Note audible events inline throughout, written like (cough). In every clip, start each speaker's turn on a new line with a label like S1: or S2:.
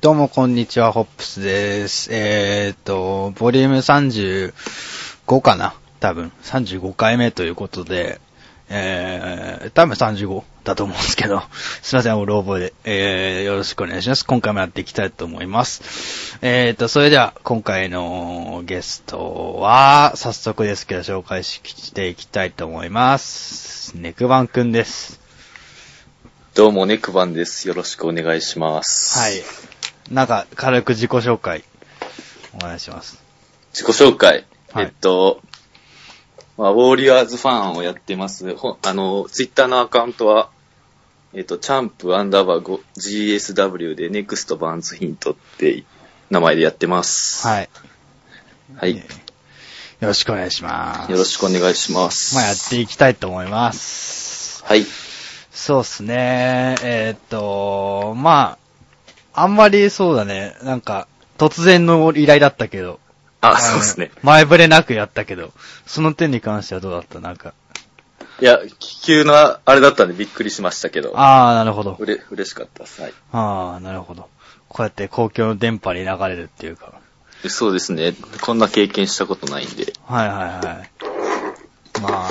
S1: どうもこんにちは、ホップスです。えーっと、ボリューム35かな多分。35回目ということで、えー、多分35だと思うんですけど、 (laughs) すいません、おローボで、えー、よろしくお願いします。今回もやっていきたいと思います。えーっと、それでは、今回のゲストは、早速ですけど、紹介していきたいと思います。ネクバンくんです。
S2: どうも、ネクバンです。よろしくお願いします。
S1: はい。。なんか、軽く自己紹介、お願いします。
S2: 自己紹介。
S1: はい
S2: えっと、まあ、ウォーリアーズファンをやってます。ほあの、ツイッターのアカウントは、えっと、チャンプアンダーバー5 GSW でネクストバーンズヒントって名前でやってます。
S1: はい。
S2: はい。
S1: えーよろしくお願いします。
S2: よろしくお願いします。
S1: まあ、やっていきたいと思います。
S2: はい。
S1: そうっすね。えーっと、まあ、あんまりそうだね。なんか、突然の依頼だったけど。
S2: あ、そうですね
S1: あの。前触れなくやったけど、その点に関してはどうだったなんか。
S2: いや、急なあれだったんでびっくりしましたけど、
S1: ああ、なるほど
S2: う。れ、嬉しかったです。はい。
S1: ああ、なるほど。こうやって公共の電波に流れるっていうか。
S2: そうですね。こんな経験したことないんで、
S1: はいはいはい。まあ、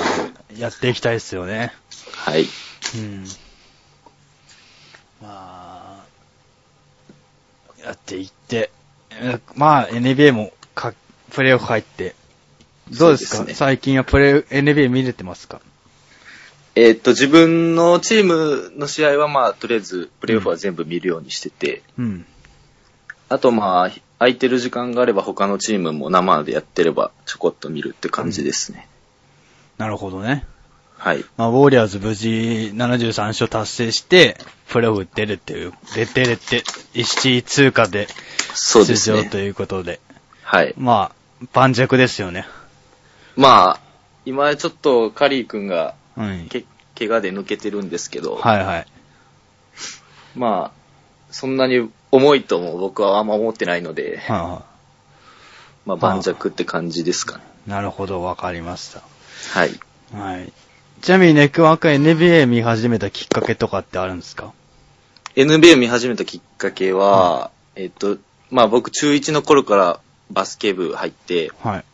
S1: やっていきたいですよね。
S2: はい。
S1: うん。まあ、やっていって、えまあ NBA もか、プレイオフ入って、どうですか
S2: そうですね
S1: 最近はプレイ、NBA 見れてますか
S2: えーっと、自分のチームの試合は、まあ、とりあえず、プレイオフは全部見るようにしてて、
S1: うん。
S2: あと、まあ、空いてる時間があれば、他のチームも生でやってれば、ちょこっと見るって感じですね。
S1: なるほどね。
S2: はい。
S1: まあ、ウォリアーズ無事73勝達成して、プレイオフ出るっていう、出てるって、1位通過で
S2: そう
S1: 出
S2: です
S1: 場
S2: ね
S1: と。いうことで、
S2: はい。
S1: まあ、盤石ですよね。
S2: まあ、今、ちょっと、カリー君が、
S1: うん。
S2: け、怪我で抜けてるんですけど、
S1: はいはい。
S2: まあ、そんなに重いとも僕はあんま思ってないので、
S1: はいは
S2: まあ、盤石って感じですかね。
S1: い。なるほど、わかりました。
S2: はい。
S1: はい。ちなみにネクワーク NBA 見始めたきっかけとかってあるんですか
S2: NBA 見始めたきっかけは、えっと、まあ僕中1の頃からバスケ部入って、
S1: はい。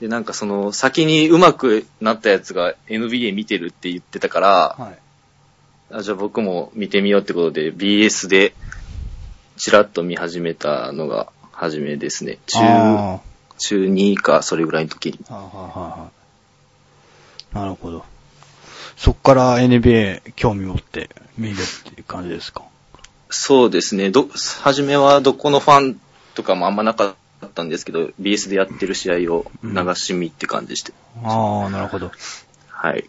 S2: で、なんかその先に上手くなったやつが NBA 見てるって言ってたから、
S1: はい。
S2: あじゃあ僕も見てみようってことで BS でチラッと見始めたのが初めですね。中、
S1: あ
S2: 中2かそれぐらいの時に。
S1: ーはいはいはいはい。なるほど。そっから NBA 興味持って見るっていう感じですか
S2: そうですね。ど、初めはどこのファンとかもあんまなかったんですけど、BS でやってる試合を流し見って感じして。
S1: ああ、なるほど。
S2: はい。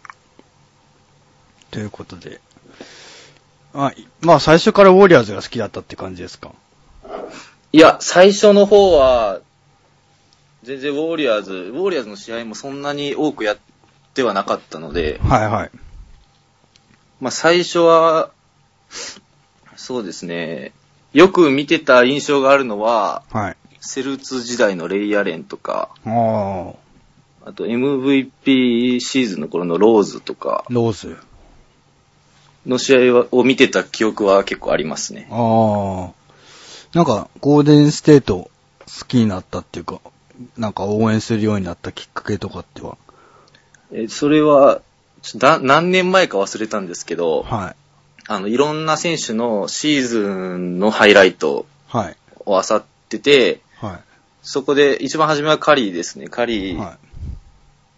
S1: ということで。あいまあ最初からウォリアーズが好きだったって感じですか
S2: いや、最初の方は、全然ウォーリアーズ、ウォーリアーズの試合もそんなに多くやってはなかったので、
S1: はいはい。
S2: まあ最初は、そうですね、よく見てた印象があるのは、
S1: はい。
S2: セルツ時代のレイアレンとか、
S1: ああ、
S2: あと MVP シーズンの頃のローズとか
S1: ローズ。
S2: の試合はを見てた記憶は結構ありますね。
S1: ああ。なんか、ゴールデンステート好きになったっていうか、なんか応援するようになったきっかけとかっては。
S2: えそれは、ちょだ何年前か忘れたんですけど、
S1: はい。
S2: あの、いろんな選手のシーズンのハイライト
S1: はい。
S2: を漁ってて、
S1: は
S2: そこで一番初めはカリーですね。カ
S1: い。
S2: リー
S1: は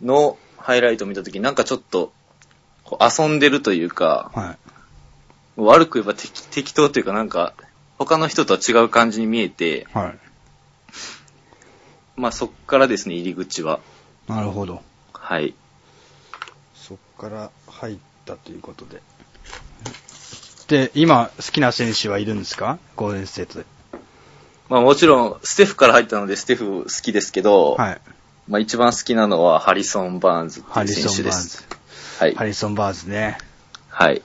S2: のハイライトを見たとき、なんかちょっと、こう遊んでるというか、
S1: い。はい。
S2: 悪く言えば適適当というかなんか、他の人とは違う感じに見えて、
S1: はい。
S2: まあそっからですね、入り口は。
S1: なるほど。
S2: はい。
S1: そっから入ったということで。で、今、好きな選手はいるんですかゴールデンステートで。
S2: まあもちろん、ステフから入ったのでステフ好きですけど、
S1: はい。
S2: まあ一番好きなのはハリソン・バーンズって
S1: ハ
S2: いう
S1: リ
S2: 選
S1: ソ
S2: 手
S1: ン・バ
S2: で
S1: ーンズ
S2: す。。はい
S1: ハ。リソン・バーンズね。
S2: はい。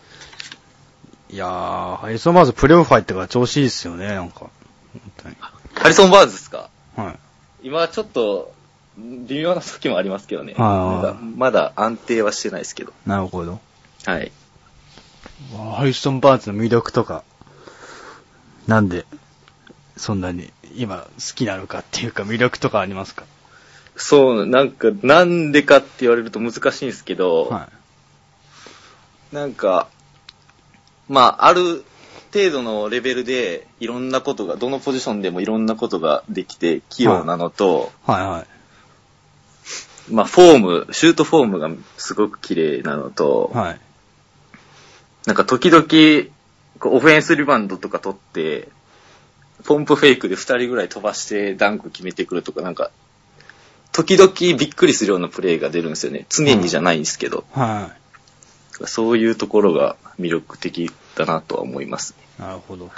S1: いやー、ハリソン・バーンズプレーオフ入ってから調子いいですよね、なんか。本当に。
S2: ハリソン・バーンズですか
S1: はい。
S2: 今ちょっと微妙な時もありますけどね。
S1: あー
S2: なんかまだ安定はしてないですけど。
S1: なるほど。
S2: はい。
S1: ハリソン・バーンズの魅力とか、なんで、そんなに今好きなのかっていうか魅力とかありますか
S2: そう、なんか、なんでかって言われると難しいんですけど、
S1: は
S2: なんか、まあ、ある程度のレベルで、いろんなことが、どのポジションでもいろんなことができて、器用なのと、
S1: い。はいはい。
S2: まあ、フォーム、シュートフォームがすごく綺麗なのと、
S1: はい。
S2: なんか時々、こうオフェンスリバウンドとか取って、ポンプフェイクで2人ぐらい飛ばしてダンク決めてくるとか、なんか、時々びっくりするようなプレーが出るんですよね。常にじゃないんですけど、
S1: は
S2: そういうところが魅力的だなとは思います。
S1: い。なるほど。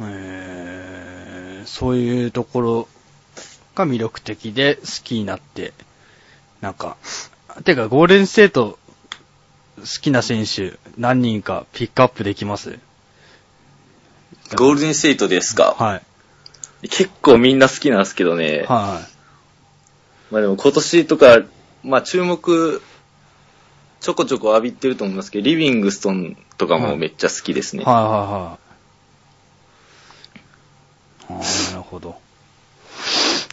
S1: えー、そういうところが魅力的で好きになって、なんか、てかゴールデンステート好きな選手何人かピックアップできます
S2: ゴールデンステートですか、
S1: はい。
S2: 結構みんな好きなんですけどね。
S1: は
S2: まあでも今年とか、まあ注目、ちょこちょこ浴びてると思いますけど、リビングストンとかもめっちゃ好きです
S1: い。はい
S2: ね。
S1: はいはい。あーなるほど。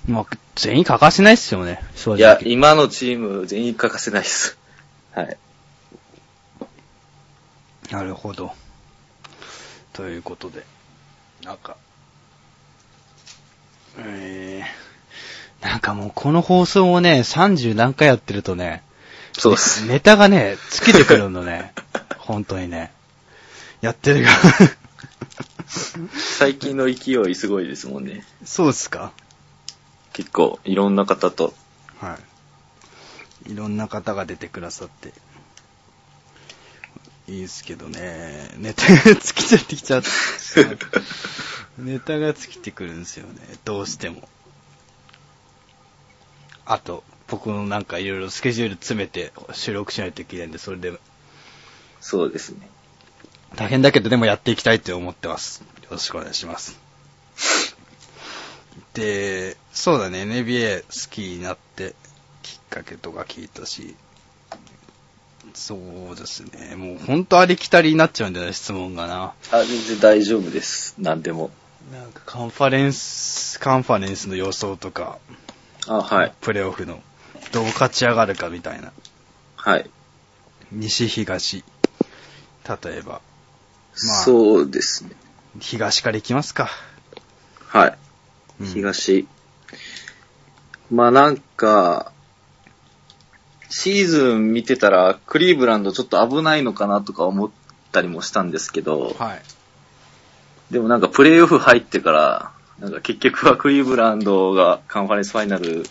S1: まあ、全員欠かせないっすよね、正直。
S2: いや、今のチーム全員欠かせないです。はい。
S1: なるほど。ということで、なんか、えー、なんかもうこの放送をね、30何回やってるとね、
S2: そうです。
S1: ネタがね、尽きてくるの
S2: (laughs)
S1: ね。本当にね。やってるが。
S2: 最近の勢いすごいですもんね。
S1: (laughs) そうですか
S2: 結構、いろんな方と。
S1: はい。いろんな方が出てくださって。いいですけどね。ネタが尽きちゃってきちゃう。ネタが尽きてくるんですよね。どうしても。あと、僕のなんかいろいろスケジュール詰めて収録しないといけないんで、それで
S2: そうですね。
S1: 大変だけど、でもやっていきたいって思ってます。よろしくお願いします。で、そうだね、NBA 好きになって、きっかけとか聞いたし、そうですね、もうほんとありきたりになっちゃうんだよね、質問がな。
S2: あ、全然大丈夫です。何でも。
S1: なんかカンファレンス、カンファレンスの予想とか、
S2: あ、はい。
S1: プレオフの、どう勝ち上がるかみたいな。
S2: はい。
S1: 西東、例えば、
S2: そうですね。
S1: 東から行きますか。
S2: はい。
S1: うん
S2: 東。まあなんか、シーズン見てたら、クリーブランドちょっと危ないのかなとか思ったりもしたんですけど、
S1: はい。
S2: でもなんかプレイオフ入ってから、なんか結局はクリーブランドがカンファレンスファイナル、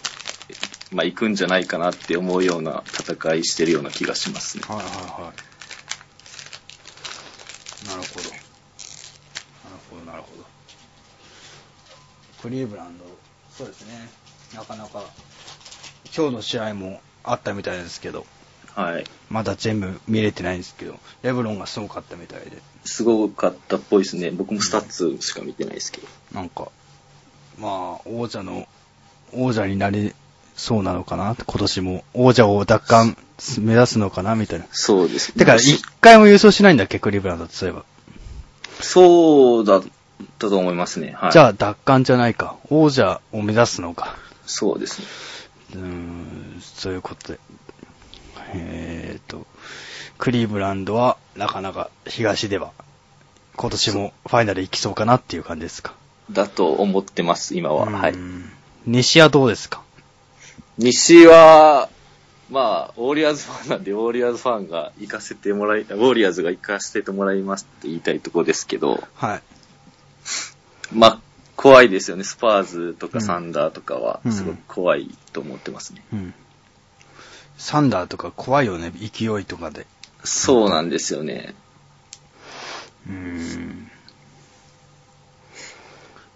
S2: まあ行くんじゃないかなって思うような戦いしてるような気がしますね。
S1: はいはいはい。なるほど。なるほど、なるほど。クリーブランド、そうですね。なかなか、今日の試合もあったみたいですけど、
S2: はい。
S1: まだ全部見れてないんですけど、レブロンがすごかったみたいで、
S2: すごかったっぽいですね。僕もスタッツしか見てないですけど。
S1: なんか、まあ、王者の、王者になりそうなのかな、今年も。王者を奪還、目指すのかな、みたいな。
S2: そうですね。
S1: てか、
S2: なん
S1: 一回も優勝しないんだっけ、クリーブランドってそういえば。
S2: そうだったと思いますね。はい。
S1: じゃあ奪還じゃないか。王者を目指すのか。
S2: そうですね。
S1: うーん、そういうことで。えーと、クリーブランドはなかなか東では今年もファイナル行きそうかなっていう感じですか。
S2: だと思ってます、今は。はいう
S1: ー。ん西はどうですか
S2: 西は、まあ、ウォリアーズファンなんで、ウォリアーズファンが行かせてもらい、ウォリアーズが行かせてもらいますって言いたいとこですけど、
S1: はい。
S2: まあ、怖いですよね。スパーズと
S1: う
S2: か
S1: ん
S2: サンダーとかは
S1: う、ん
S2: すごく怖いと思ってますね。
S1: うん。サンダーとか怖いよね、勢いとかで。
S2: そうなんですよね。
S1: うーん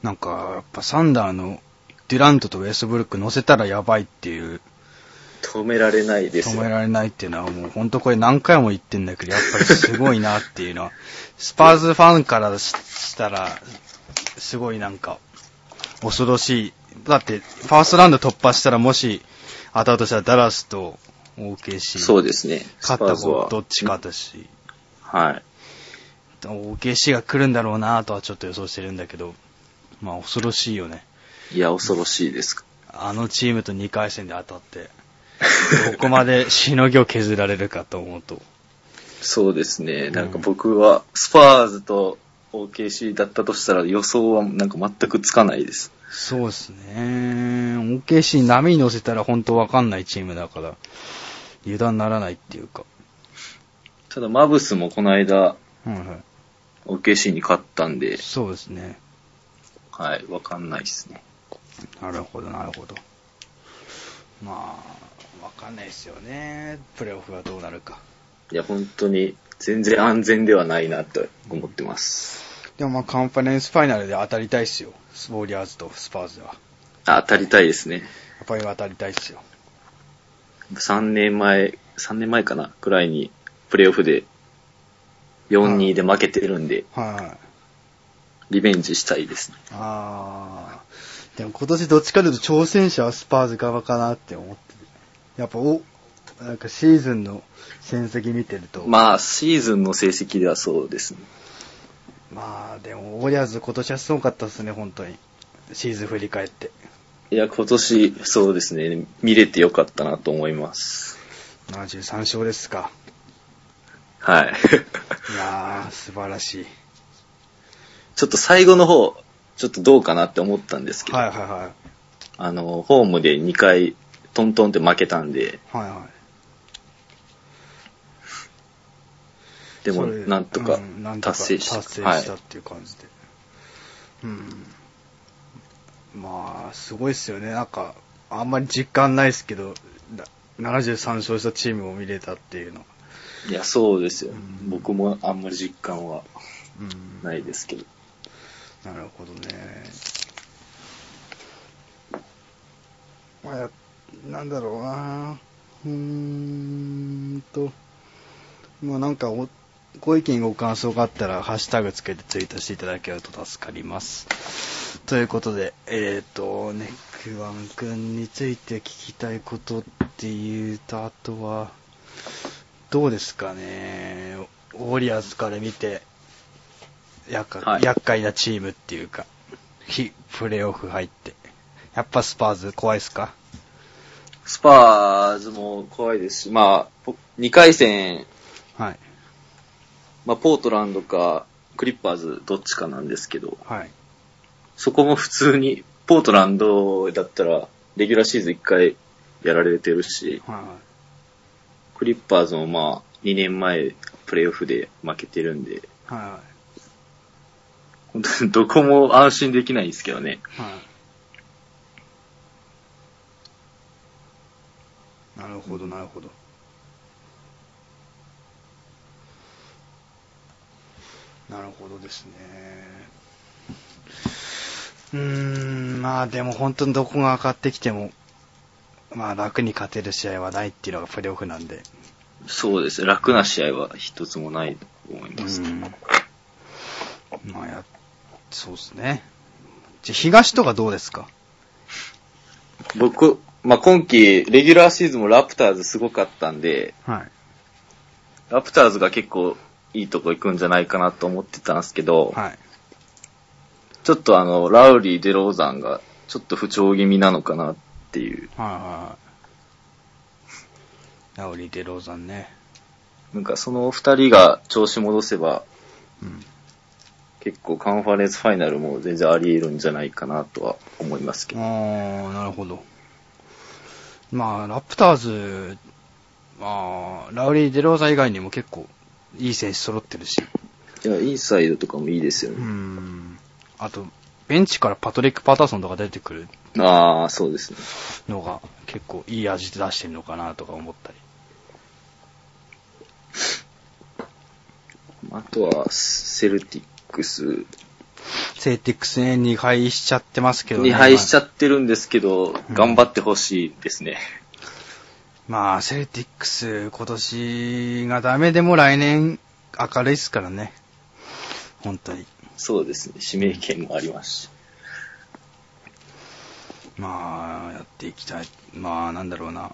S1: なんか、やっぱサンダーのデュラントとウェストブルック乗せたらやばいっていう
S2: 止められないです
S1: 止
S2: よ
S1: め。られないっていうのはもう本当これ何回も言ってんだけど、やっぱりすごいなっていうのは、 (laughs) スパーズファンからししたら、すごいなんか、恐ろしい。だって、ファーストラウンド突破したらもし、当たるとしたらダラスと OKC、
S2: そうですね。
S1: 勝った
S2: スパーズ
S1: 方
S2: は
S1: どっちかだし、
S2: はい。
S1: OKC が来るんだろうなとはちょっと予想してるんだけど、まあ恐ろしいよね。
S2: いや、恐ろしいです。
S1: あのチームと2回戦で当た
S2: (laughs)
S1: って、どこまでしのぎを削られるかと思うと。
S2: そうですね。なんか僕は、スパーズと OKC だったとしたら予想はなんか全くつかないです。
S1: そうですね。OKC 波に乗せたら本当わかんないチームだから、油断ならないっていうか。
S2: ただ、マブスもこの間、
S1: はいは
S2: OKC に勝ったんで
S1: い。、そうですね。
S2: はい、わかんないですね。
S1: なるほど、なるほど。まあ、わかんないですよね。プレイオフはどうなるか。
S2: いや、本当に全然安全ではないなと思ってます。
S1: でもまあ、カンファレンスファイナルで当たりたいっすよ。スボーリアーズとスパーズでは。や
S2: あ当たりたいですね。
S1: っぱり当たりたいっすよ。
S2: 3年前、3年前かなくらいに、プレイオフで4-2で負けてるんで、
S1: はいはい。
S2: リベンジしたいですね。
S1: あー。でも今年どっちかというと挑戦者はスパーズ側かなって思ってる。やっぱお、なんかシーズンの戦績見てると。
S2: まあ、シーズンの成績ではそうですね。
S1: まあでも、ウォリアーズ今年はすごかったですね、本当に。シーズン振り返って。
S2: いや、今年、そうですね、見れてよかったなと思います。
S1: 73勝ですか。
S2: はい。
S1: いやー、素晴らしい。
S2: (laughs) ちょっと最後の方、ちょっとどうかなって思ったんですけど、
S1: はいはいはい。
S2: あの、ホームで2回、トントンって負けたんで、
S1: はいはい。
S2: でも、
S1: それ
S2: なんとか
S1: うんなんとか
S2: 達成した。
S1: 達成
S2: はい
S1: したっていう感じで。うん。まあ、すごいっすよね。なんか、あんまり実感ないですけど、な73勝したチームを見れたっていうの。
S2: いや、そうですよ
S1: うん。
S2: 僕もあんまり実感は
S1: うん。
S2: ないですけど。
S1: なるほどね。まあや、なんだろうな。うーんと、まあなんかお、ご意見ご感想があったら、ハッシュタグつけてツイートしていただけると助かります。ということで、えっ、と、ネックワン君について聞きたいことって言うと、あとは、どうですかね。ウォリアーズから見て、厄介
S2: はい
S1: 厄介なチームっていうか、ひプレーオフ入って。やっぱスパーズ怖いっすか
S2: スパーズも怖いですし、まあ、2回戦、
S1: はい。
S2: まあ、ポートランドか、クリッパーズ、どっちかなんですけど、
S1: はい。
S2: そこも普通に、ポートランドだったら、レギュラーシーズン1回やられてるし、
S1: は
S2: クリッパーズもまあ、2年前、プレイオフで負けてるんで、
S1: い。は
S2: 本当にど (laughs) こも安心できないんですけどね。
S1: い。はい。なるほど、なるほど。なるほどですね。うーん、まあでも本当にどこが上がってきても、まあ楽に勝てる試合はないっていうのがプレーオフなんで。
S2: そうです。楽な試合は一つもないと思います。
S1: うん。まあや、そうですね。じゃあ東とかどうですか
S2: 僕、まあ、今季、レギュラーシーズンもラプターズすごかったんで、
S1: はい。
S2: ラプターズが結構いいとこ行くんじゃないかなと思ってたんですけど、
S1: はい。
S2: ちょっとあの、ラウリー・デローザンが、ちょっと不調気味なのかなっていう、
S1: はいはい。ラオリ・デローザンね。
S2: なんかその二人が調子戻せば、
S1: うん。
S2: 結構カンファレンスファイナルも全然あり得るんじゃないかなとは思いますけど。
S1: ああ、なるほど。まあ、ラプターズ、まあ、ラウリー・デローザン以外にも結構いい選手揃ってるし。
S2: いや、インサイドとかもいいですよ
S1: う
S2: ね。
S1: ん。あと、ベンチからパトリック・パターソンとか出てくる
S2: ああ、そうですね。
S1: のが結構いい味で出してるのかなとか思ったり。
S2: あとは、セルティックス、
S1: セーティックスね、2敗しちゃってますけどね。
S2: 2敗しちゃ
S1: まあ
S2: ってるんですけど、
S1: うん
S2: 頑張ってほしいですね。
S1: まあ、セーティックス、今年がダメでも来年明るいっすからね。本当に。
S2: そうですね。指名権もありますし。
S1: まあ、やっていきたい。まあ、なんだろうな。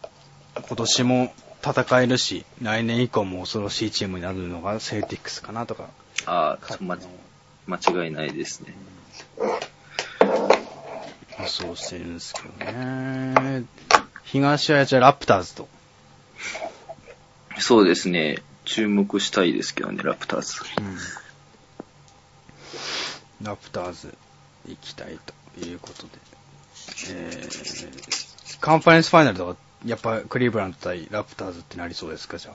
S1: 今年も戦えるし、来年以降も恐ろしいチームになるのがセーティックスかなとか。
S2: ああ、ま、間違いないですね。
S1: 予想してるんですけどね。東はじゃあラプターズと。
S2: そうですね。注目したいですけどね、ラプターズ。
S1: うん、ラプターズ行きたいということで。えー、カンファレンスファイナルとか、やっぱクリーブランド対ラプターズってなりそうですか、じゃあ。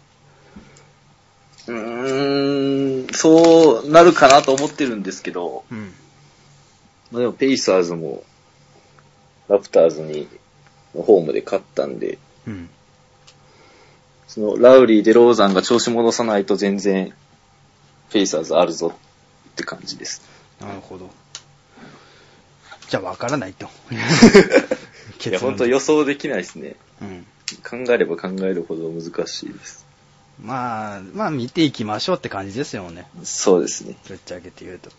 S2: うーん、そうなるかなと思ってるんですけど、
S1: うん。
S2: まあ、でもペイサーズも、ラプターズに、ホームで勝ったんで、
S1: うん。
S2: その、ラウリー、デローザンが調子戻さないと全然、ペイサーズあるぞって感じです。
S1: なるほど。じゃあ分からない
S2: (laughs)
S1: と。
S2: いや、本当予想できないですね。
S1: うん。
S2: 考えれば考えるほど難しいです。
S1: まあ、まあ見ていきましょうって感じですよね。
S2: そうですね。
S1: ぶっちゃけて言うと。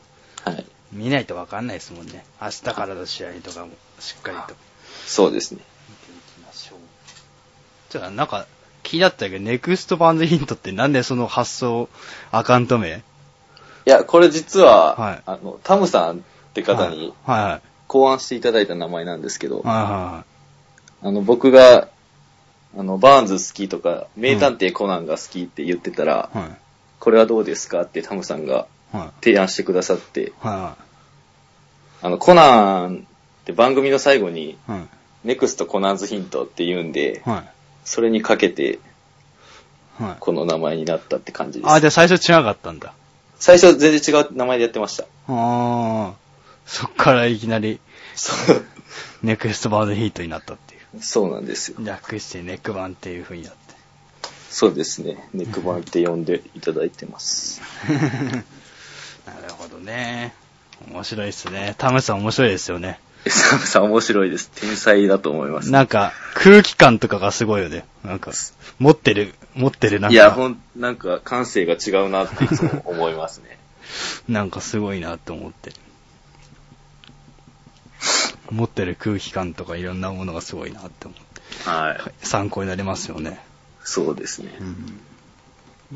S2: はい。
S1: 見ないと分かんないですもんね。明日からの試合とかもしっかりと
S2: そうですね。
S1: 見ていきましょう。じゃあなんか気になったけど、ネクストバンドヒントってなんでその発想アカウント名
S2: いや、これ実は、
S1: はい
S2: あの、タムさんって方に
S1: はいはい
S2: 考案していただいた名前なんですけど、
S1: はいは
S2: あの、僕が、あの、バーンズ好きとか、名探偵コナンが好きって言ってたら、
S1: いはい。はい
S2: これはどうですかってタムさんが
S1: はい。
S2: 提案してくださって、
S1: は
S2: あの、コナンって番組の最後に、
S1: い。はい。
S2: ネクストコナンズヒントって言うんで、
S1: はい。
S2: それにかけて、
S1: はい。
S2: この名前になったって感じで
S1: あ、
S2: す。
S1: で最初違かったんだ。
S2: 最初全然違う名前でやって
S1: (laughs)
S2: ました。
S1: ああ、そっからいきなり
S2: そう、
S1: ネクストバードヒートになったっていう。
S2: そうなんですよ。
S1: 略してネクバンっていう風になって。 (laughs)
S2: そうですね。ネックバンって呼んでいただいてます。
S1: なるほどね。面白いですね。タムさん面白いですよね。
S2: サムさん面白いです。天才だと思います。
S1: なんか空気感とかがすごいよね。なんか持ってる、持ってるなん
S2: いや、
S1: か、
S2: ほん、なんか感性が違うなっていつも思います
S1: (laughs)
S2: ね。
S1: なんかすごいなと思って。持ってる空気感とかいろんなものがすごいなって思って。
S2: はい。
S1: 参考になりますよね。
S2: そうですね。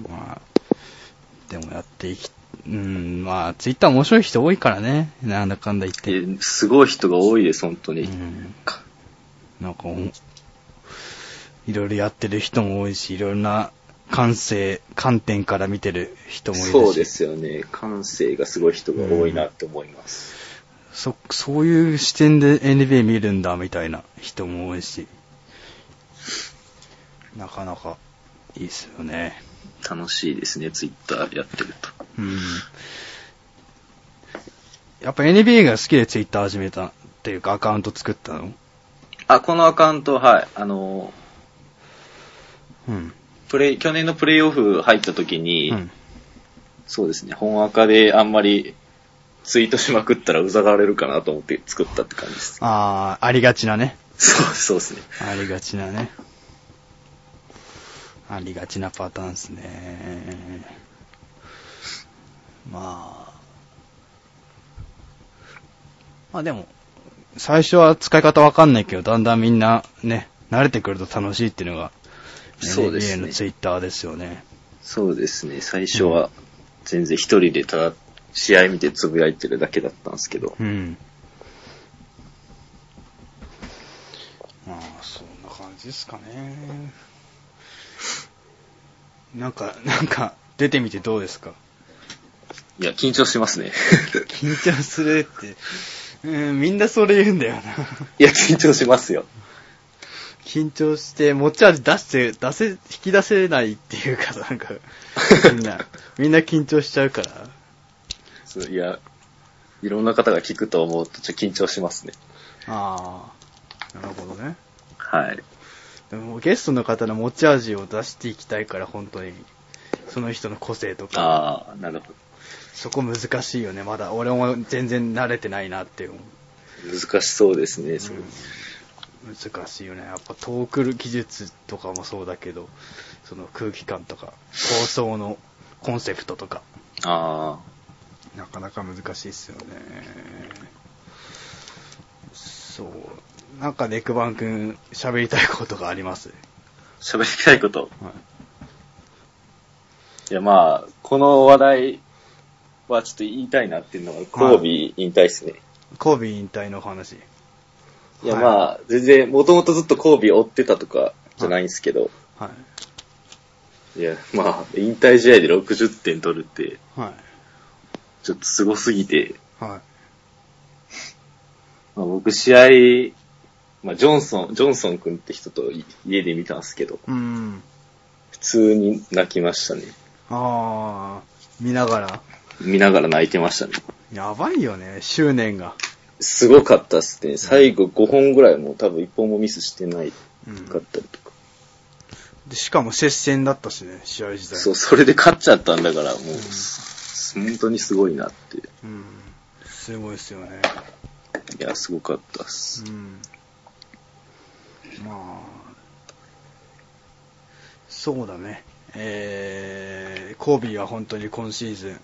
S1: まあ、でもやっていき、うん、まあ、ツイッター面白い人多いからね、なんだかんだ言って。
S2: えすごい人が多いです、本当に。
S1: うんなんかお、いろいろやってる人も多いし、いろんな感性、観点から見てる人もいるし。
S2: そうで。すよね。感性がすごい人が多いなって思います。
S1: そ、そういう視点で NBA 見るんだ、みたいな人も多いし。なかなか、いいですよね。
S2: 楽しいですね、ツイッターやってると。
S1: うんやっぱ NBA が好きでツイッター始めたっていうかアカウント作ったの
S2: あ、このアカウント、はい。あの、
S1: うん。
S2: プレイ、去年のプレイオフ入った時に、
S1: うん。
S2: そうですね、本赤であんまりツイートしまくったらうざがられるかなと思って作ったって感じです。
S1: ああ、ありがちなね。
S2: そう、そうですね。
S1: ありがちなね。ありがちなパターンですね。まあ。まあでも、最初は使い方わかんないけど、だんだんみんなね、慣れてくると楽しいっていうのが、
S2: そうですね
S1: NBA のツイッターですよね。
S2: そうですね、最初は全然一人でただ試合見てつぶやいてるだけだったんですけど、
S1: うん。まあ、そんな感じですかね。なんか、なんか、出てみてどうですか
S2: いや、緊張し (laughs) ますね。
S1: 緊張するって。うん、みんなそれ言うんだよな。
S2: いや、緊張しますよ。
S1: 緊張して、持ち味出して、出せ、引き出せないっていうか、なんか、みんな、 (laughs) みんな緊張しちゃうから。
S2: そういや、いろんな方が聞くと思うとちょっと緊張しますね。
S1: ああ、なるほどね。
S2: はい。
S1: でもゲストの方の持ち味を出していきたいから、本当に。その人の個性とか。
S2: ああ、なるほど。
S1: そこ難しいよね、まだ。俺も全然慣れてないなって思う。
S2: 難しそうですね、それ
S1: 難しいよね。やっぱトーク技術とかもそうだけど、その空気感とか、構想のコンセプトとか、
S2: あ
S1: なかなか難しいっすよね。そう。なんかネクバン君喋りたいことがあります。
S2: あ、喋りたいこと。
S1: はい
S2: いや、まあ、この話題はちょっと言いたいなっていうのは、コービー引退ですね。
S1: コービー引退のお話。
S2: いや、まあ、全然、もともとずっと神戸追ってたとかじゃないんですけど、
S1: はい。
S2: いや、まあ、引退試合で60点取るって、
S1: は
S2: ちょっとすごすぎて、
S1: い。はい。
S2: まあ、僕試合、まあ、ジョンソン、ジョンソン君って人と家で見たんですけど、
S1: うん。
S2: 普通に泣きましたね。
S1: ああ、見ながら。
S2: 見ながら泣いてましたね。
S1: やばいよね、執念が。
S2: すごかったっすね。最後5本ぐらいもう多分1本もミスしてない
S1: うん
S2: かったりとか。
S1: でしかも接戦だったしね、試合自体。
S2: そう、それで勝っちゃったんだから、もう、す本当にすごいなって。
S1: うん。すごいですよね。
S2: いや、すごかったっす。
S1: うん。まあ、そうだね。えー、コービーは本当に今シーズン、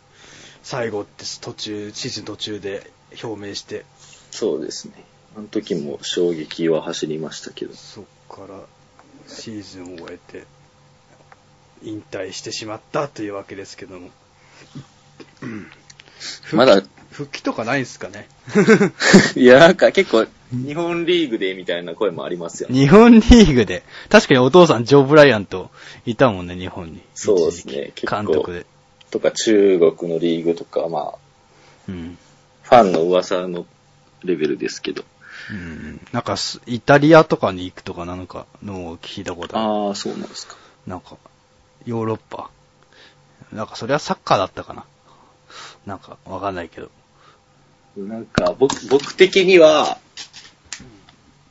S1: 最後って途中、シーズン途中で表明して、
S2: そうですね。あの時も衝撃は走りましたけど。
S1: そこからシーズンを終えて、引退してしまったというわけですけども。うん
S2: まだ、 (laughs)
S1: 復帰とかないんすかね
S2: いや、なんか結構、日本リーグでみたいな声もありますよ
S1: (laughs)
S2: ね。
S1: 日本リーグで。確かにお父さん、ジョー・ブライアンといたもんね、日本に。
S2: そうですね
S1: 一時期
S2: 結構
S1: 監督で。
S2: とか、中国のリーグとか、まあ、
S1: うん。
S2: ファンの噂のレベルですけど。
S1: うん。なんかす、イタリアとかに行くとかなのかのを聞いたことあ
S2: ああ、そうなんですか。
S1: る。なんか、ヨーロッパ。なんか、それはサッカーだったかな。なんか、わかんないけど。
S2: なんか、僕、僕的には、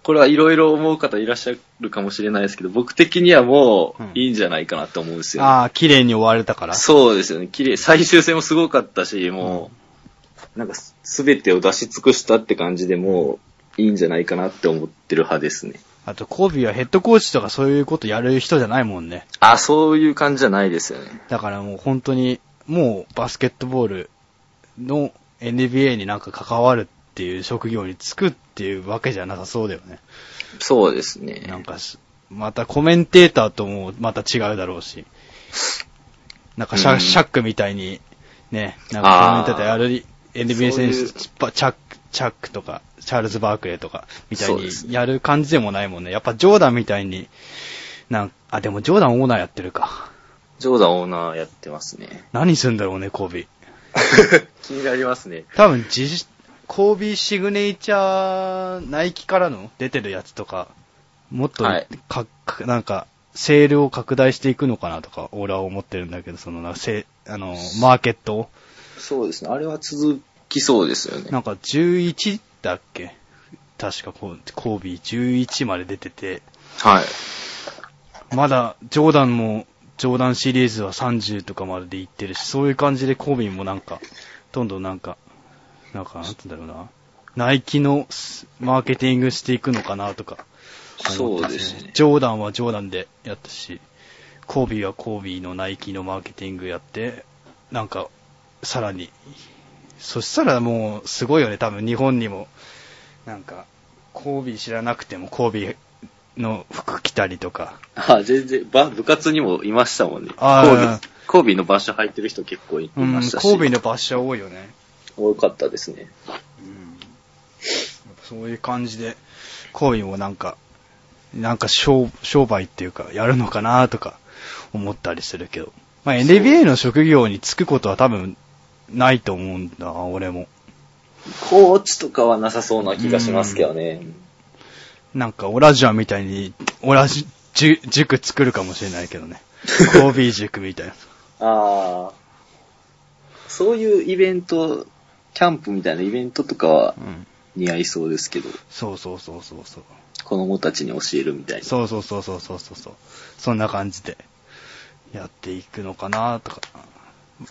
S2: これはいろいろ思う方いらっしゃるかもしれないですけど、僕的にはも
S1: うん
S2: ういいんじゃないかなと思うんですよ、
S1: ああ、綺麗に終われたから。
S2: そうですよね。綺麗。最終戦もすごかったし、もう、なんかすすべてを出し尽くしたって感じでもういいんじゃないかなって思ってる派ですね。
S1: あと、コービーはヘッドコーチとかそういうことやる人じゃないもんね。
S2: あ、そういう感じじゃないですよね。
S1: だからもう本当に、もうバスケットボールの NBA になんか関わるっていう職業に就くっていうわけじゃなさそうだよね。
S2: そうですね。
S1: なんかし、またコメンテーターともまた違うだろうし。なんかシャ,、
S2: うん
S1: シャックみたいに、ね、なんかコメンテーターやる、NBA
S2: そうい
S1: 選
S2: う
S1: 手、チッパチャック、チャックとか、チャールズ・バークレーとか、みたい
S2: そう
S1: に
S2: ですね
S1: やる感じでもないもんね。やっぱジョーダンみたいに、なんあ、でもジョーダンオーナーやってるか。
S2: ジョーダンオーナーやってます (laughs) ね。
S1: 何するんだろうね、コービー。
S2: 気になりますね。
S1: 多分自、コービーシグネチャー、ナイキからの出てるやつとか、もっと
S2: はい
S1: か、かなんか、セールを拡大していくのかなとか、俺は思ってるんだけど、そのな、せ、あの、マーケットを。
S2: そうですね。あれは続きそうですよね。
S1: なんか11だっけ確かこう、コービー11まで出てて、
S2: はい。
S1: まだ、ジョーダンも、ジョーダンシリーズは30とかまででいってるし、そういう感じでコービーもなんか、どんどんなんか、なんか、なんて言うんだろうな、ナイキのスマーケティングしていくのかなとか、
S2: そうですね。
S1: ジョーダンはジョーダンでやったし、コービーはコービーのナイキのマーケティングやって、なんか、さらに、そしたらもう、すごいよね、多分日本にも、なんか、コービー知らなくても、コービーの服着たりとか、
S2: あ、全然、ば、部活にもいましたもんね。
S1: あー
S2: コービー、コービーの場所入ってる人結構い
S1: うん、
S2: ましたし。
S1: 神戸のバッシャー多いよね。
S2: 多かったですね。
S1: そういう感じで、神戸もなんか、なんか商商売っていうか、やるのかなとか思ったりするけど。まあ、NBA の職業に就くことは多分ないと思うんだ、俺も。
S2: コーチとかはなさそうな気がしますけどね。
S1: なんか、オラジュアみたいに、オラジュ、塾作るかもしれないけどね。コービー塾みたいな。
S2: ああ。そういうイベント、キャンプみたいなイベントとかは
S1: うん。
S2: 似合いそうですけど、
S1: そうそうそうそうそう。
S2: 子供たちに教えるみたいな。
S1: そうそうそうそうそうそうそう。そんな感じで、やっていくのかなとか。ま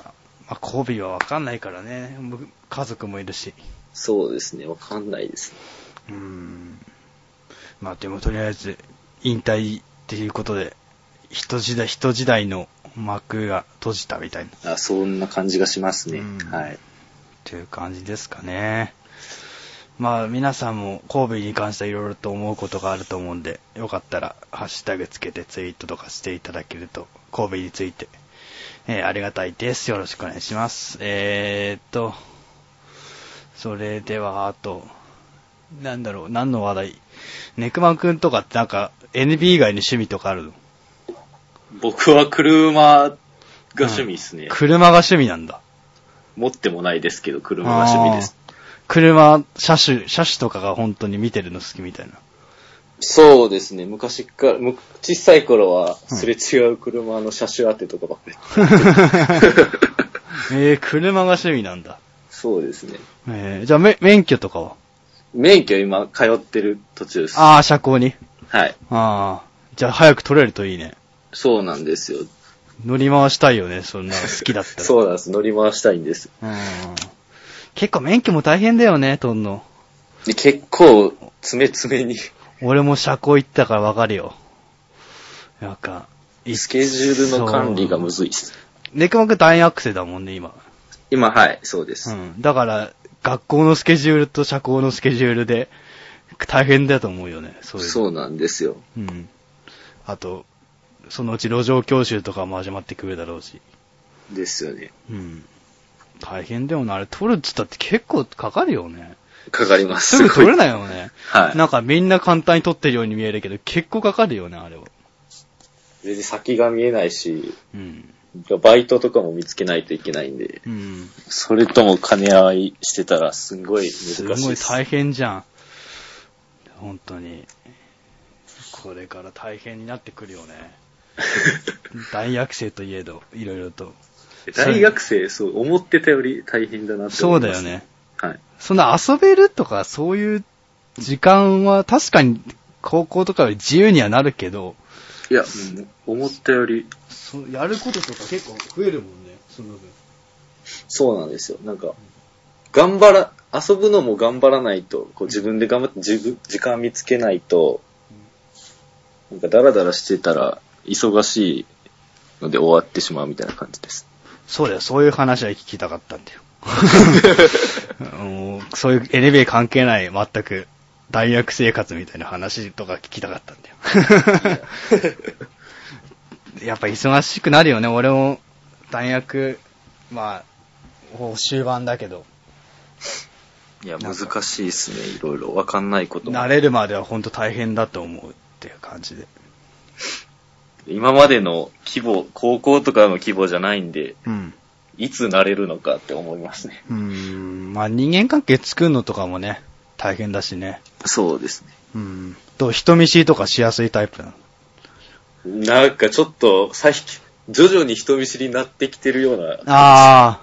S1: あ、まあ、コビはわかんないからね。む家族もいるし。
S2: そうですね。わかんないですね。
S1: うーん。まあでもとりあえず、引退っていうことで、人時代、人時代の幕が閉じたみたいな、
S2: あそんな感じがしますね。
S1: うん
S2: はい。
S1: という感じですかね。まあ皆さんも神戸に関してはいろいろと思うことがあると思うんで、よかったらハッシュタグつけてツイートとかしていただけると、神戸について、えーありがたいです。よろしくお願いします。えー、っと、それではあと、なんだろう、何の話題ネクマンくんとかってなんか NB 以外に趣味とかあるの
S2: 僕は車が趣味ですね。
S1: 車が趣味なんだ。
S2: 持ってもないですけど、車が趣味です。
S1: あー。車、車種、車種とかが本当に見てるの好きみたいな。
S2: そうですね、昔から、む小さい頃は、すれ違う車の車種当てとかばっかり。
S1: (laughs) えー、車が趣味なんだ。
S2: (laughs) そうですね。
S1: えー、じゃあ、め免許とかは
S2: 免許今、通ってる途中です。
S1: ああ、車高に。
S2: はい。
S1: ああ。じゃあ、早く取れるといいね。
S2: そうなんですよ。
S1: 乗り回したいよね、 (laughs) そんなの好きだったら。
S2: そうなんです。乗り回したいんです。
S1: うん。結構免許も大変だよね、取んの。
S2: で結構、詰め詰めに、
S1: 俺も車高行ったからわかるよ。なんか、い
S2: スケジュールの管理がむずいです。
S1: ネクマくん大学生だもんね、今。
S2: 今、はい、そうです。
S1: うん。だから、学校のスケジュールと社交のスケジュールで、大変だと思うよね、そういう。う。
S2: そうなんですよ。
S1: うん。あと、そのうち路上教習とかも始まってくるだろうし。
S2: ですよね。
S1: うん。大変だよな、あれ取るっつったって結構かかるよね。
S2: かかります。。
S1: すぐ取れないいよね。
S2: はい
S1: なんかみんな簡単に取ってるように見えるけど、結構かかるよね、あれは。
S2: 全然先が見えないし、
S1: うん。
S2: バイトとかも見つけないといけないんで、
S1: うん。
S2: それとも兼ね合いしてたら、すごい難し
S1: す
S2: いです。
S1: ごい大変じゃん。本当に。これから大変になってくるよね。大学生といえど、いろいろと。
S2: (laughs) 大学生、そう、思ってたより大変だなって
S1: そ
S2: 思
S1: う
S2: い
S1: だ
S2: ま
S1: よ。
S2: す。
S1: ね。
S2: はい。
S1: そんな遊べるとか、そういう時間は確かに高校とかより自由にはなるけど、
S2: いや、うん思ったより、
S1: そやることとか結構増えるもんね、その分。
S2: そうなんですよ。なんか、頑張ら、遊ぶのも頑張らないと、こう自分で頑張って、自分、時間見つけないと、なんかダラダラしてたら、忙しいので終わってしまうみたいな感じです。
S1: そうだよ、そういう話は聞きたかったん (laughs) だよ。もうそういう NBA 関係ない、全く、大学生活みたいな話とか聞きたかったん (laughs) だよ。やっぱ忙しくなるよね、俺も、大学、まあ、もう終盤だけど、
S2: いや、
S1: なん
S2: 難
S1: か
S2: しいですね。いろいろ。わかんないことも
S1: 慣。れるまでは本当大変だと思うっていう感じで。
S2: 今までの規模、高校とかの規模じゃないんで、
S1: うん。
S2: いつ慣れるのかって思いますね。
S1: うーん、まあ人間関係作るのとかもね、大変だしね。
S2: そうですね。
S1: うん。と、人見知りとかしやすいタイプなの。
S2: なんかちょっと、最近、徐々に人見知りになってきてるような、
S1: ああ。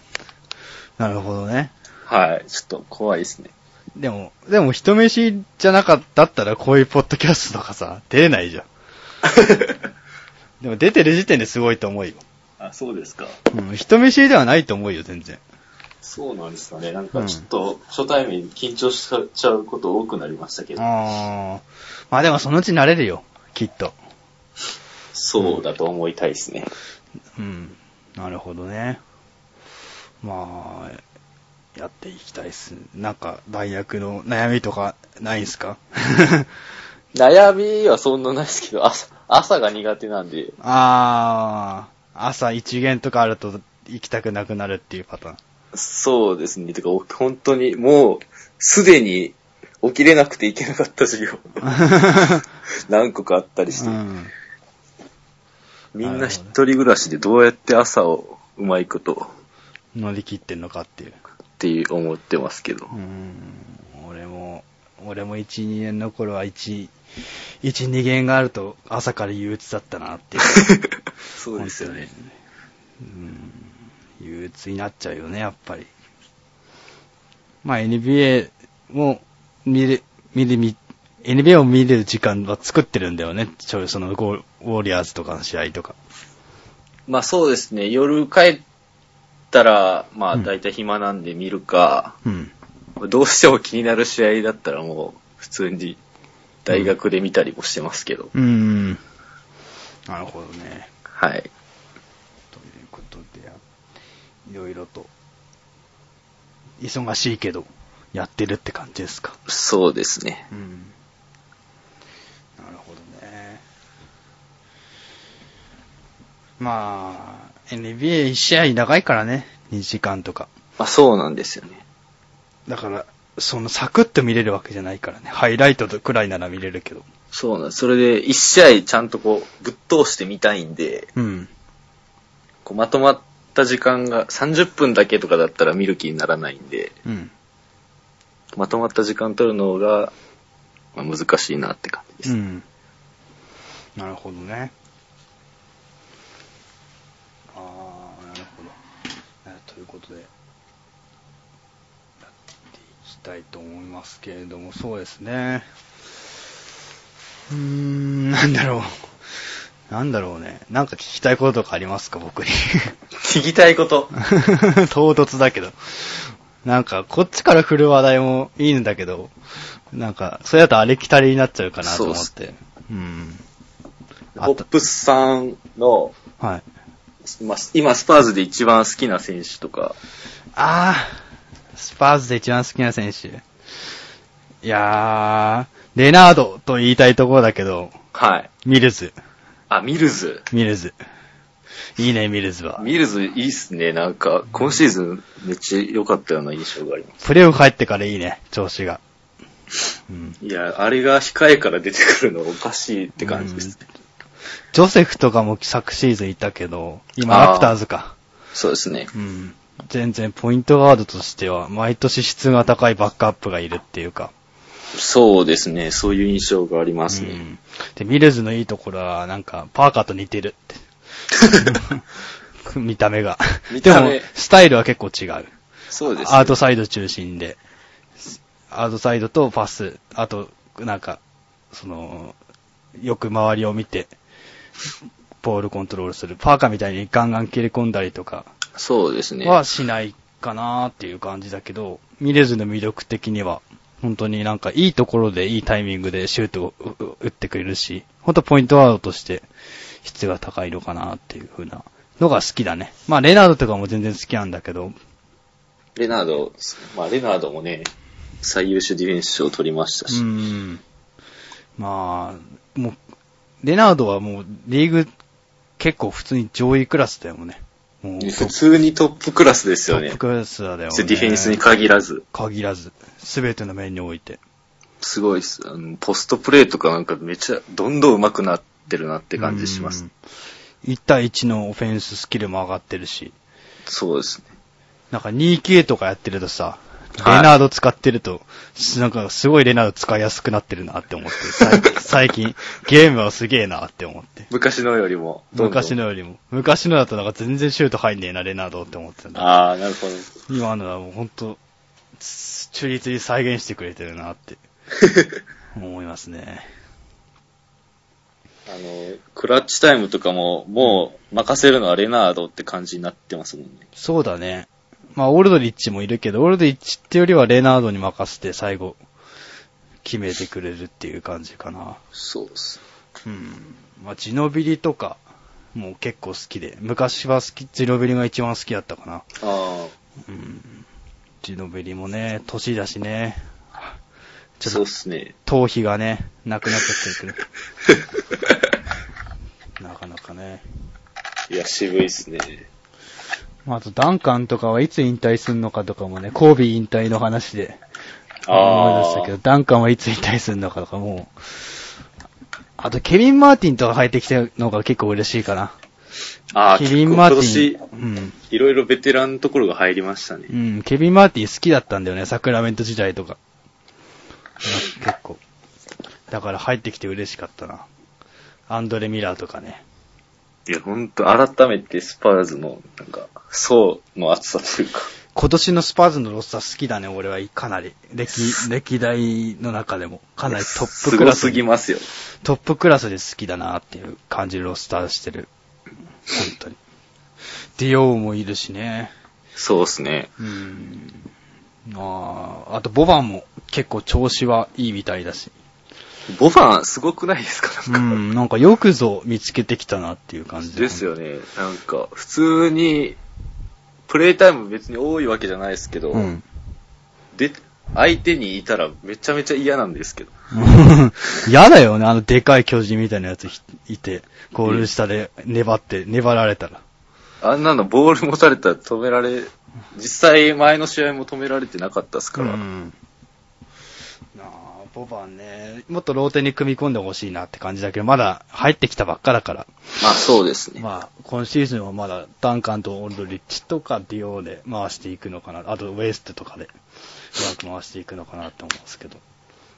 S1: (laughs) なるほどね。
S2: はい、ちょっと怖いです (laughs) ね。
S1: でも、でも人見知りじゃなかったったらこういうポッドキャストとかさ、出れないじゃん。でも出てる時点ですごいと思うよ。
S2: あ、そうですか。
S1: うん、人見知りではないと思うよ、全然。
S2: そうなんですかね。なんかちょっと、初対面緊張しちゃうこと多くなりましたけど、
S1: ああ。まあでもそのうち慣れるよ、きっと。
S2: そうだと思いたいですね。
S1: うん。なるほどね。まあ、やっていきたいっす。なんか、大学の悩みとかないんすか
S2: 悩みはそんなないですけど、朝、朝が苦手なんで、
S1: (laughs) ああ、朝一限とかあると行きたくなくなるっていうパターン。
S2: そうですね。てか、お本当にもう、すでに起きれなくていけなかった授
S1: (laughs)
S2: 業、何個かあったりして、
S1: うん。
S2: みんな一人暮らしでどうやって朝をうまいこと
S1: 乗り切ってんのかっていう。
S2: っていう思ってますけ (laughs) ど
S1: う。ん。俺も、俺も1、2年の頃は1、1、2限があると朝から憂鬱だったなっていう。
S2: そ。
S1: 本当に。うん。憂鬱になっちゃうよね、やっぱり。まあ NBA も見る、見る、見 NBA を見れる時間は作ってるんだよね。ちょいそのゴー、ウォリアーズとかの試合とか。
S2: まあそうですね。夜帰ったら、まあ大体暇なんで見るか、
S1: うん。
S2: どうしても気になる試合だったらもう普通に大学で見たりもしてますけど。
S1: うん。なるほどね。
S2: はい。
S1: ということで、いろいろと、忙しいけど、やってるって感じですか。
S2: そうですね。
S1: うん。なるほどね。まあ、NBA 一試合長いからね、2時間とか。
S2: まあそうなんですよね。
S1: だから、そのサクッと見れるわけじゃないからね。ハイライトくらいなら見れるけど。
S2: そうなんそれで、一試合ちゃんとこう、ぶっ通してみたいんで、
S1: うん。
S2: こうまとまった時間が30分だけとかだったら見る気にならないんで、
S1: うん。
S2: まとまった時間取るのが、まあ、難しいなって感じです。
S1: うん。なるほどね。ああ、なるほど。えーということで、やっていきたいと思いますけれども、そうですね。うーん、なんだろう。なんだろうね。なんか聞きたいこととかありますか、僕に。
S2: 聞きたいこと。
S1: (laughs) 唐突だけど。なんか、こっちから振る話題もいいんだけど、なんか、それだとありきたりになっちゃうかなと思っ
S2: そう
S1: て。うん。あ
S2: ホ
S1: った
S2: ップスさんの、
S1: はい。
S2: まあ今スパーズで一番好きな選手とか、
S1: あー、スパーズで一番好きな選手。いやー、レナードと言いたいところだけど、
S2: はい。
S1: ミルズ。
S2: あ、ミルズ。
S1: ミルズ。いいね、ミルズは。
S2: ミルズいいっすね。なんか、今シーズンめっちゃ良かったような印象があります。
S1: プレイオフ入ってからいいね、調子が。うん。
S2: いや、あれが控えから出てくるのおかしいって感じです。
S1: ジョセフとかも昨シーズンいたけど、今
S2: あー
S1: ラプターズか。
S2: そうですね。
S1: うん。全然ポイントガードとしては、毎年質が高いバックアップがいるっていうか。
S2: そうですね。そういう印象があります
S1: う
S2: ね。
S1: んで、ミルズのいいところは、なんか、パーカーと似てる
S2: (laughs)
S1: って。見た目が。
S2: 見た目
S1: でも、スタイルは結構違う。
S2: そうです、
S1: アー
S2: ね。
S1: トサイド中心で。アートサイドとパス。あと、なんか、その、よく周りを見て、ボールコントロールする。パーカーみたいにガンガン切れ込んだりとか、
S2: そうですね。
S1: はしないかなーっていう感じだけど、ミレズの魅力的には、本当になんかいいところでいいタイミングでシュートをうう打ってくれるし、本当ポイントアウトとして質が高いのかなっていう風なのが好きだね。まあレナードとかも全然好きなんだけど、
S2: レナード、まあ、レナードもね、最優秀ディフェンス賞を取りましたし、
S1: うん。まあ、もう、レナードはもうリーグ結構普通に上位クラスだよね。もうトップ
S2: 普通にトップクラスですよね。
S1: トップクラスだよね。
S2: ディフェンスに限らず、
S1: 限らず、すべての面において。
S2: すごいっす。あのポストプレーとかなんかめちゃ、どんどん上手くなってるなって感じしま
S1: う
S2: す
S1: ん。。1対1のオフェンススキルも上がってるし、
S2: そうですね。
S1: なんか 2K とかやってるとさ、
S2: はい
S1: レナード使ってると、なんかすごいレナード使いやすくなってるなって思って、
S2: (laughs)
S1: 最近最近、ゲームはすげえなって思って。
S2: 昔のよりも、どんどん
S1: 昔の。よりも。昔のだとなんか全然シュート入んねえな、レナードって思ってたんだ
S2: ああ、なる (laughs) ほど。
S1: けど。今のはもうほんと、つ忠実に再現してくれてるなって、思いますね。
S2: あの、クラッチタイムとかも、もう任せるのはレナードって感じになってますもんね。
S1: そうだね。まあ、オールドリッチもいるけど、オールドリッチってよりはレナードに任せて最後、決めてくれるっていう感じかな。
S2: そうっす。
S1: うん。まあ、ジノビリとか、もう結構好きで。昔は好き、ジノビリが一番好きだったかな。
S2: あ
S1: うん。ジノビリもね、年だしね。
S2: あ、
S1: ち
S2: そ
S1: ょっ
S2: うっ
S1: と、
S2: す (laughs) ね。
S1: 頭皮がね、なくなっちゃってる (laughs) けど。なかなかね。
S2: いや、渋いっすね。
S1: まあ、あと、ダンカンとかはいつ引退するのかとかもね、コービー引退の話で。思い出したけど、ダンカンはいつ引退するのかとかもう、あとケビン・マーティンとか入ってきたのが結構嬉しいかな。
S2: ああ、
S1: ケ
S2: 結
S1: ビ
S2: 構
S1: ン・マ
S2: 今
S1: ーテ
S2: 年
S1: ィ、ン、
S2: いろいろベテランのところが入りましたね
S1: う。ん、うん、ケビン・マーティン好きだったんだよね、サクラメント時代とか。なんか結構。だから入ってきて嬉しかったな。アンドレ・ミラーとかね。
S2: いや、ほんと、改めてスパーズの、なんか、層の厚さというか、
S1: 今年のスパーズのロスター好きだね、俺はかなり。歴、歴代の中でも、かなりトップ
S2: す
S1: ク
S2: ご
S1: ラス
S2: すぎ
S1: に。
S2: ますよ。
S1: トップクラスで好きだなっていう感じのロスターしてる。本当に。ディオウもいるしね。
S2: そうですね。
S1: うん。ああ、あとボバンも結構調子はいいみたいだし。
S2: ボファン、すごくないですか
S1: う
S2: なんか。
S1: ん、なんかよくぞ見つけてきたなっていう感じ
S2: です
S1: よ。
S2: よね。なんか、普通に、プレイタイム別に多いわけじゃないですけど、
S1: うん。 (laughs)
S2: で、相手にいたらめちゃめちゃ嫌なんですけど。
S1: 嫌だよね、あのでかい巨人みたいなやつひいて、ゴール下で粘って、粘られたら。
S2: あんなのボール持たれたら止められ、実際前の試合も止められてなかったですから、
S1: うんなあ、ボバンね、もっとローテに組み込んでほしいなって感じだけど、まだ入ってきたばっかだから、
S2: まあそうですね。
S1: まあ、今シーズンはまだダンカンとオールドリッチとかディオーで回していくのかな、あとウエストとかでうまく回していくのかなと思うんですけど、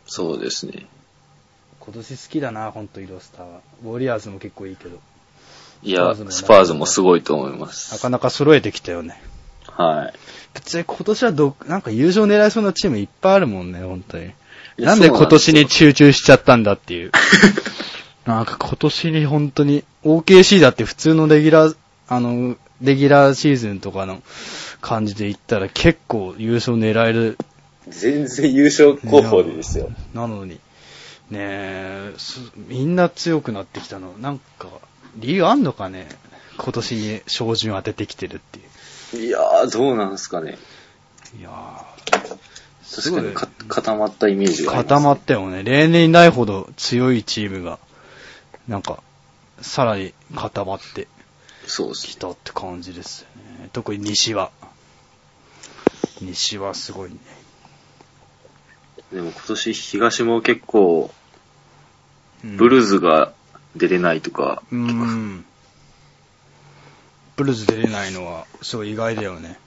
S2: そうですね。
S1: 今年好きだな、ほんとイロスターは。ウォリアーズも結構いいけど、
S2: いや、
S1: ス
S2: ス
S1: パ
S2: パ
S1: ー
S2: ー
S1: ズ
S2: ズ
S1: も
S2: もすごいと思いま
S1: な
S2: す。
S1: かなか揃えてきたよね。
S2: は
S1: 別に今年はど、なんか優勝狙いそうなチームいっぱいあるもんね、本当に。
S2: いや
S1: なんで
S2: そうな
S1: 今
S2: んです
S1: 年
S2: よ
S1: に集中しちゃったんだって
S2: (laughs)
S1: いう。なんか今年に本当に、OKC だって普通のレギュラー、あの、レギュラーシーズンとかの感じで言ったら結構優勝狙える。
S2: い。全然優勝候補ですよ。
S1: なのに。ねえ、すみんな強くなってきたの。なんか、理由あんのかね今年に照準当ててきてるっていう。
S2: いやー、どうなんですかね。
S1: いやーす
S2: 確
S1: ご
S2: か
S1: い
S2: にか固まったイメージがあります、
S1: 固まったよね。例年にないほど強いチームが、なんか、さらに固まって
S2: そうで
S1: き
S2: すね。
S1: たって感じですよね。特に西は。西はすごいね。
S2: でも今年東も結構、ブ
S1: ー
S2: ルーズが出れないとか、
S1: うん。ブルーズ出れないのは、そう意外だよね。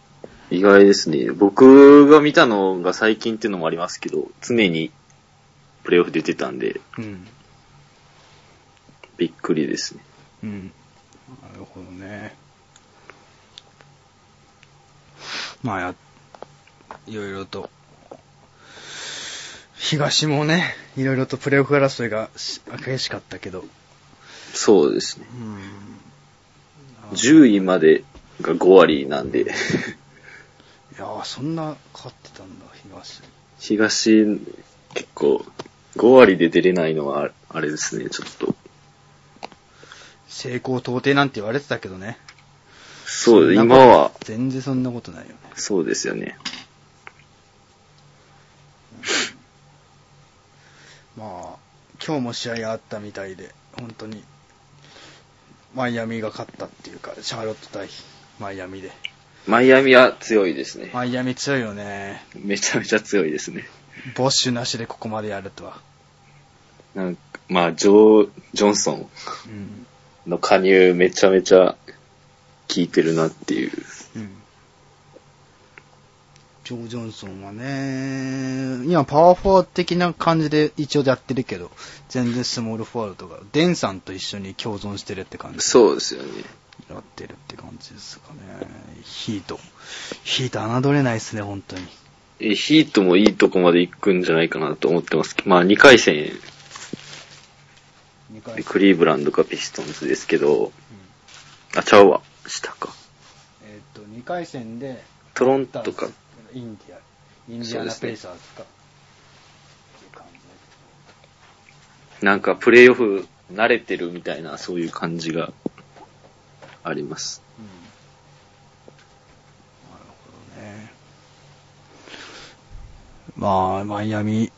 S2: 意外ですね。僕が見たのが最近っていうのもありますけど、常にプレイオフ出てたんで、
S1: うん。
S2: びっくりですね。
S1: うん。なるほどね。まあや、いろいろと、東もね、いろいろとプレーオフ争いがし激しかったけど、
S2: そうですね。
S1: うん。
S2: 10位までが5割なんで、 (laughs)
S1: いやーそんな勝ってたんだ、東。
S2: 東、結構、5割で出れないのは、あれですね、ちょっと。
S1: 成功到底なんて言われてたけどね。
S2: そうです、
S1: そん
S2: 今
S1: なこと
S2: は、
S1: 全然そんなことないよね。
S2: そうですよね。
S1: まあ、今日も試合あったみたいで、本当に、マイアミが勝ったっていうか、シャーロット対マイアミで。
S2: マイアミは強いですね。
S1: マイアミ強いよね。
S2: めちゃめちゃ強いですね。
S1: ボッシュなしでここまでやるとは。
S2: なんか、まあ、ジョー、ジョンソン
S1: うん。
S2: の加入めちゃめちゃ効いてるなっていう。
S1: うん。ジョー・ジョンソンはね、今パワーフォワード的な感じで一応やってるけど、全然スモールフォワードとか、デンさんと一緒に共存してるって感じ。
S2: そうですよね。
S1: やってるって感じですかね。ヒート。ヒート侮れないですね、本当に。
S2: えヒートもいいとこまで行くんじゃないかなと思ってますけど、まあ2回戦、
S1: 2回
S2: クリーブランドかピストンズですけど、あ、ちゃうわ、下か。
S1: えっと、2回戦で、
S2: トロントか。
S1: インディア、インデ
S2: デ
S1: ィ
S2: ィ
S1: ア
S2: ア
S1: ナ・
S2: ナ
S1: ペ
S2: ペ
S1: イ
S2: イ
S1: サ
S2: サ
S1: ーズか。っていう感じ
S2: なんかプレイオフ慣れてるみたいな、そういう感じがあります。
S1: うんなるほどね。まあ、マイアミ、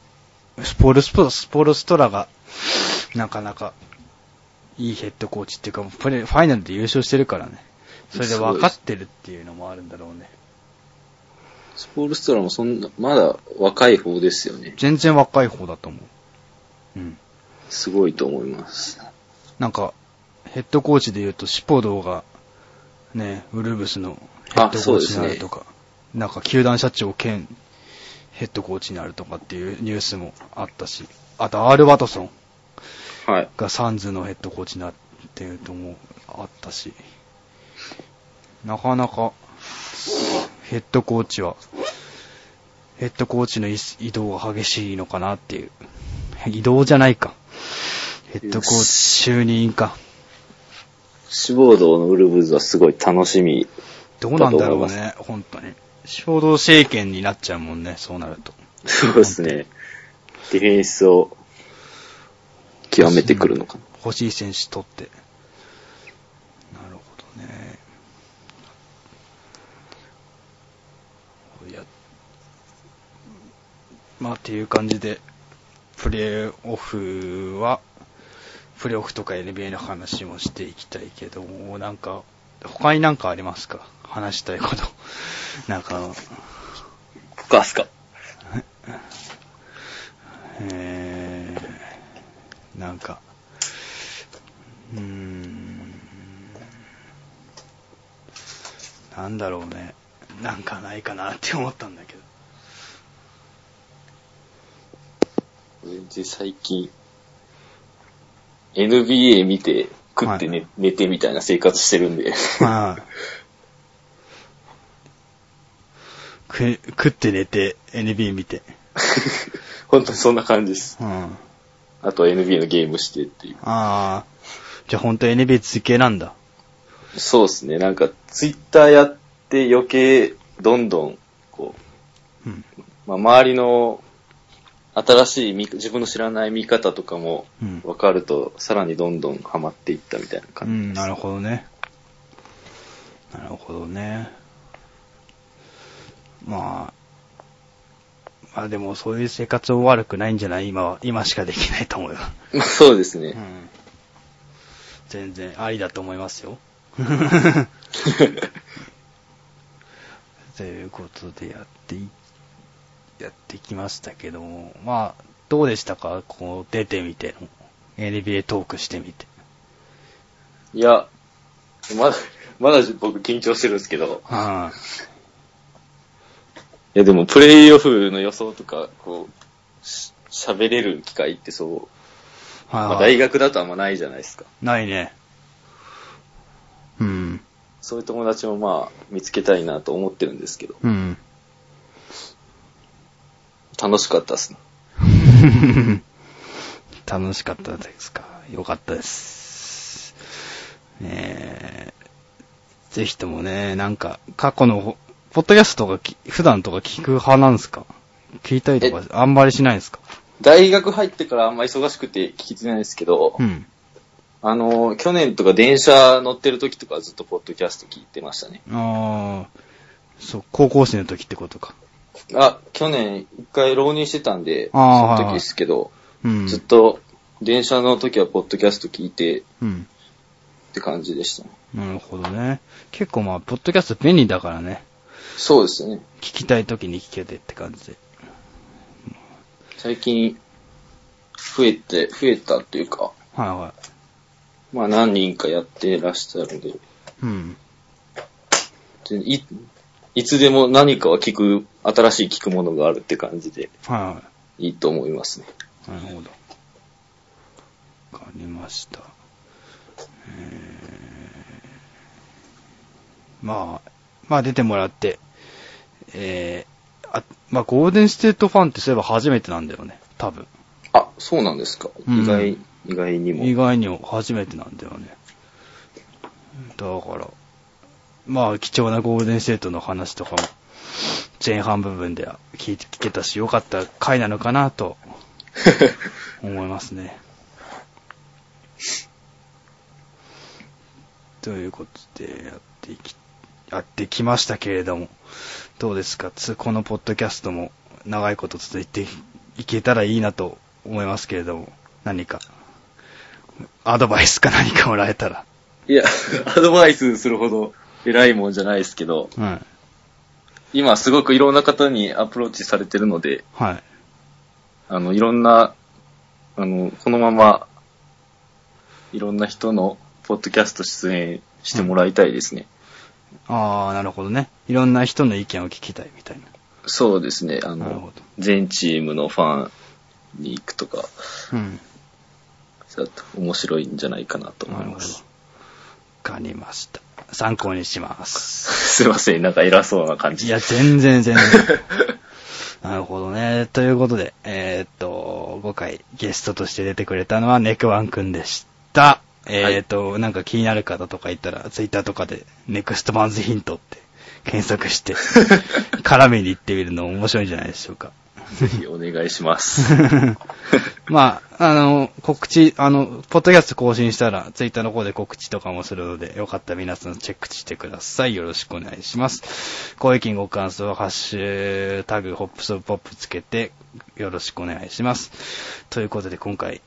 S1: スポールスポスポールストラが、なかなか、いいヘッドコーチっていうか、プレファイナルで優勝してるからね。それで分かってるっていうのもあるんだろうね。
S2: スポールストラもそんな、まだ若い方ですよね。
S1: 全然若い方だと思う。うん。
S2: すごいと思います。
S1: なんか、ヘッドコーチで言うと、シポドーが、ね、ウルブスのヘッドコーチになるとか、なんか球団社長兼ヘッドコーチになるとかっていうニュースもあったし、あと、アール・ワトソン
S2: はい。
S1: がサンズのヘッドコーチになってるともあったし、なかなか、ヘッドコーチは、ヘッドコーチの移移動が激しいのかなっていう。移動じゃないか。ヘッドコーチ就任か。
S2: 志望道のウルブズはすごい楽しみ。
S1: どうなんだろうね、本当に。衝動政権になっちゃうもんね、そうなると。
S2: そうですね。ディフェンスを極めてくるのかな。
S1: 欲しい選手取って。なるほどね。いや、まあっていう感じで、プレーオフは、プレーオフとか NBA の話もしていきたいけども、なんか、他になんかありますか話したいこと。なんか、
S2: 他っすか
S1: えー、なんか、うーん、なんだろうね。なんかないかなって思ったんだけど。
S2: 全然最近、NBA 見て、食って寝,、
S1: はい
S2: 寝てみたいな生活してるんで。
S1: (laughs)
S2: (laughs)
S1: まあ、く食って寝て、NB 見て。
S2: 本当にそんな感じです。
S1: うん。あ
S2: あと NBA のゲームしてっていう。
S1: あー、じゃあほんと NB 続けなんだ。
S2: そうですね。なんか、ツイッターやって余計、どんどん、こ
S1: うん。
S2: う、まあ、周りの、新しい見、自分の知らない見方とかも
S1: うん、
S2: 分かると、さらにどんどんハマっていったみたいな
S1: う
S2: 感じ。
S1: ん、なるほどね。なるほどね。まあ、まあでもそういう生活も悪くないんじゃない今は、今しかできないと思うよ。
S2: (laughs) まあ、そうですね。
S1: うん。全然ありだと思います
S2: (laughs)
S1: よ。ということでやってい、やってきましたけども、まあ、どうでしたかこう出てみての。NBA トークしてみて。
S2: いや、まだ、まだ僕緊張してるんですけど。
S1: うん。
S2: いやでも、プレイオフの予想とか、こう、し喋れる機会ってそう、まあ、大学だとあんまないじゃないですか。
S1: ないね。うん。
S2: そういう友達もまあ、見つけたいなと思ってるんですけど、
S1: うん。
S2: 楽しかったっすね。
S1: 楽しかったですか。よかったです。えー、ぜひともね、なんか、過去のほ、ポッドキャストとかき、普段とか聞く派なんですか聞いたりとか、あんまりしないんですか
S2: 大学入ってからあんま忙しくて聞けてないんですけど、
S1: うん。
S2: あの、去年とか電車乗ってる時とかずっとポッドキャスト聞いてましたね。
S1: あー、そう、高校生の時ってことか。
S2: あ、去年一回浪人してたんで、そ
S1: あー
S2: の時ですけど、
S1: うん。
S2: ずっと電車の時はポッドキャスト聞いてっ
S1: うん。
S2: て感じでしたね。
S1: なるほどね。結構まあ、ポッドキャスト便利だからね。
S2: そうですね。
S1: 聞きたい時に聞けてって感じで。
S2: 最近、増えて、増えたというか、
S1: はいはい。
S2: まあ何人かやってらっしゃるので、
S1: うん。
S2: 全然いいつでも何かは聞く、新しい聞くものがあるって感じで
S1: はいはい
S2: いと思いますね。
S1: い。なるほど。わかりました。えー、まあ、まあ出てもらって、えー、あ、まあゴールデンステートファンってそういえば初めてなんだよね。多分。
S2: あ、そうなんですか。
S1: うん
S2: 意外、意外に
S1: 意
S2: も。
S1: 外にも初めてなんだよね。だから、まあ貴重なゴールデンステートの話とかも、前半部分では聞いて聞けたし、良かった回なのかなと思いますね。ということで、やってき、やってきましたけれども、どうですかつこのポッドキャストも長いこと続いていけたらいいなと思いますけれども、何か、アドバイスか何かもらえたら。
S2: (laughs) いや、アドバイスするほど偉いもんじゃないですけど、
S1: はい。
S2: 今すごくいろんな方にアプローチされてるので、
S1: はい。
S2: あの、いろんな、あの、このまま、いろんな人のポッドキャスト出演してもらいたいですね。
S1: ああ、なるほどね。いろんな人の意見を聞きたいみたいな。
S2: そうですね、あ
S1: なるほ
S2: の
S1: ど、
S2: 全チームのファンに行くとか、
S1: うん。
S2: だと面白いんじゃないかなと思います。
S1: わかりました。参考にします。
S2: (laughs) すいません、なんか偉そうな感じ
S1: い
S2: で。
S1: や、全然全然。
S2: (laughs)
S1: なるほどね。ということで、えーっと、5回ゲストとして出てくれたのはネクワンくんでした。えーっと、なんか気になる方とかいたら、ツイッターとかで、ネクストマンズヒントって検索
S2: (laughs)
S1: して、絡みに行ってみるの面白いんじゃないでしょうか。
S2: ぜひお願いします。
S1: (laughs) まあ、あの、告知、あの、ポッドキャスト更新したら、ツイッターの方で告知とかもするので、よかったら皆さんチェックしてください。よろしくお願いします。ご意見ご感想は、ハッシュタグ、ホップスポップつけて、よろしくお願いします。ということで、今回、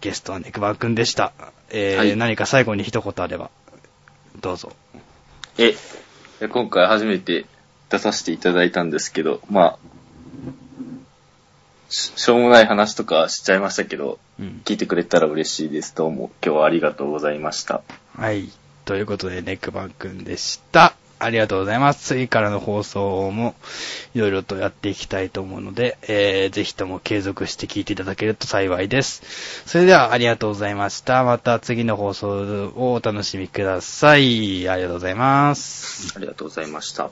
S1: ゲストはネクバーくんでした。えー
S2: はい
S1: 何か最後に一言あれば、どうぞ。
S2: え、今回初めて出させていただいたんですけど、まあ、ししょうもない話とかしちゃいましたけど、
S1: うん。
S2: 聞いてくれたら嬉しいです。どうも、今日はありがとうございました。
S1: はい。ということで、ネックバン君でした。ありがとうございます。次からの放送も、いろいろとやっていきたいと思うので、えー、ぜひとも継続して聞いていただけると幸いです。それでは、ありがとうございました。また次の放送をお楽しみください。ありがとうございます。
S2: ありがとうございました。